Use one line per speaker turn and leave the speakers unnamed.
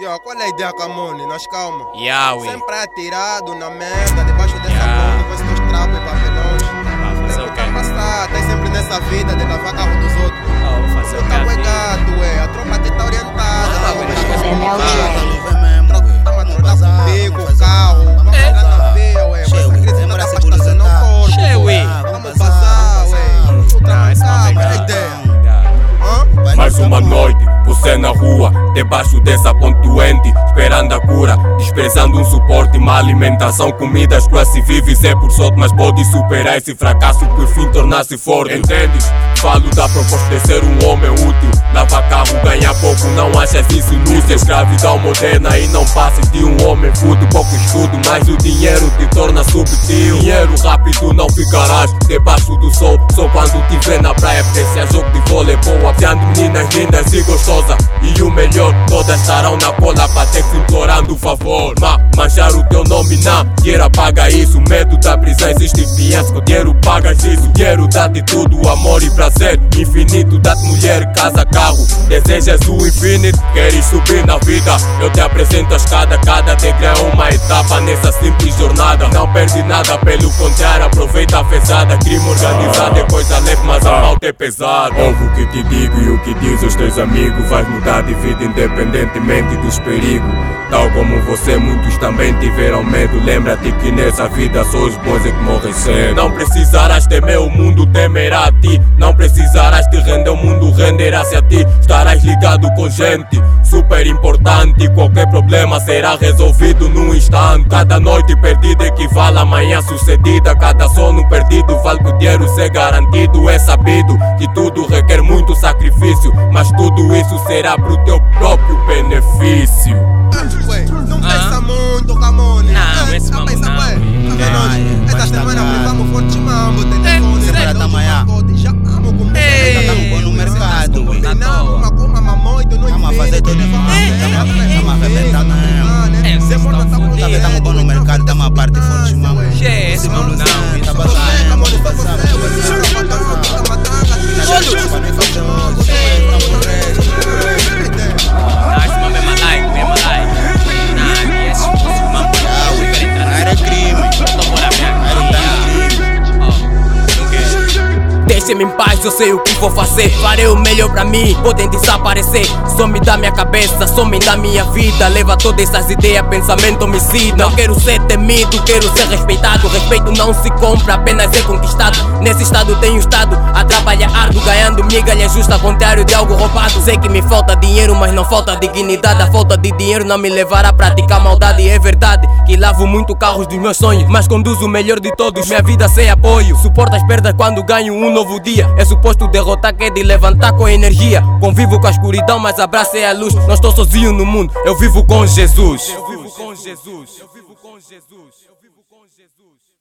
Yo, qual é a ideia, Camone? Nós calma.
Yahweh.
Sempre atirado na merda, debaixo dessa
Yeah.
ponte, com esses teus trapos e papelões.
Vai fazer o quê?
Tá passado, tá sempre nessa vida de lavar carro dos outros.
Ah, vou fazer
Tu
o
tá bué
quê? filho?
gato, é, a tropa te tá orientada.
Ah,
Tá
ué.
com as coisas
É meu
complicadas.
jeito.
Vê mesmo, ué.
Tá
Vamos
maturando
bazar,
comigo,
vamos
o
fazer-
carro.
vamos
Tá.
É. tá
bazar.
Feia, ué, com
Che,
essa
ué,
crise não
lembra
dá
se
pra estacionar
gurizada.
o corpo.
Che, ué.
Vamos bazar, ué. Tu tá
Não, esse Tá. não
mancado,
vem
qual é a
cá.
ideia?
Não.
Hã?
Vai
Mais
nessa
uma
mão.
noite, você na rua, debaixo dessa ponte doente, esperando a cura, desprezando um suporte, uma alimentação, comidas cruas se vives é por sorte, mas pode superar esse fracasso, por fim tornar-se forte. Entende? Falo da proposta de ser um homem útil, lavar carro, ganhar pouco, não achas isso inútil? Escravidão moderna e não passes de um homem fudo, pouco estudo, mas o dinheiro te torna subtil. Dinheiro rápido não ficarás debaixo do sol, só quando tiver na praia, porque se é jogo de vôlei, boa, piando meninas lindas e gostosas. E o melhor, todas estarão na cola pra ter que implorando o favor. Ma, manchar o teu nome na dinheiro paga isso. Medo da prisão existe fiança, com dinheiro pagas isso. Dinheiro dá-te tudo, amor e prazer. Infinito dá-te mulher, casa, carro. Desejas o infinito, queres subir na vida. Eu te apresento a escada, cada degrau é uma etapa nessa simples jornada. Não perde nada, pelo contrário, aproveita a fezada. Crime organizado é coisa leve, mas a falta é pesada. Ouve o que te digo e o que diz os teus amigos. Vais mudar de vida independentemente dos perigos. Tal como você, muitos também tiveram medo. Lembra-te que nessa vida só os bons é que morrem cedo. Não precisarás temer, o mundo temerá a ti. Não precisarás te render, o mundo renderá-se a ti. Estarás ligado com gente super importante. Qualquer problema será resolvido num instante. Cada noite perdida equivale a manhã sucedida. Cada sono perdido vale o dinheiro ser garantido. É sabido que tudo requer muito sacrifício, mas tudo isso será pro teu próprio benefício.
Ué, não pensa
Ah.
muito, Camone.
Não,
Ei,
esse
tá
mambo
pensando,
não.
ué. Tá
Ah,
vendo
é,
hoje? Essa
mas tá
semana
caro.
fizemos forte mambo, tem telefone,
será que
radão,
tá amanhã?
pacote, Já amo com
Ei,
Tá um bom no mercado, ué.
Não, uma coma mamoito, não
Vamos fazer todo mundo. Eh, Vamos arrebentar mesmo.
É, vocês
Demora,
tão
tá
fodidos.
protegido,
Estamos bom no mercado, estamos a parte forte, mano.
Che, esse mambo não.
Tá
Você, Camone,
bazar, vamos
só você,
bazar,
ué.
vamos bazar.
Só matanza, puta matanza.
Olha, desculpa, nem façamos.
Não, esse mambo é malaico, é malaico. Não, e esse esse mambo
Ah,
é
ué,
diferente.
não Era crime.
Não vou na
Era um
minha.
grande crime.
Ó, não quero.
Deixem-me em paz, eu sei o que vou fazer. Farei o melhor pra mim, podem desaparecer. Some da minha cabeça, some da minha vida. Leva todas essas ideias, pensamento homicida. Não quero ser temido, quero ser respeitado. Respeito não se compra, apenas é conquistado. Nesse estado tenho estado a trabalhar árduo, ganhando migalha justa, contrário de algo roubado. Sei que me falta dinheiro, mas não falta dignidade. A falta de dinheiro não me levará a praticar maldade. É verdade que lavo muito carros dos meus sonhos, mas conduzo o melhor de todos. Minha vida sem apoio, suporto as perdas quando ganho um novo dia. É suposto derrotar que é de levantar com energia. Convivo com a escuridão, mas abraço é a luz. Não estou sozinho no mundo, eu vivo com Jesus. Eu vivo com Jesus. Eu vivo com Jesus. Eu vivo com Jesus.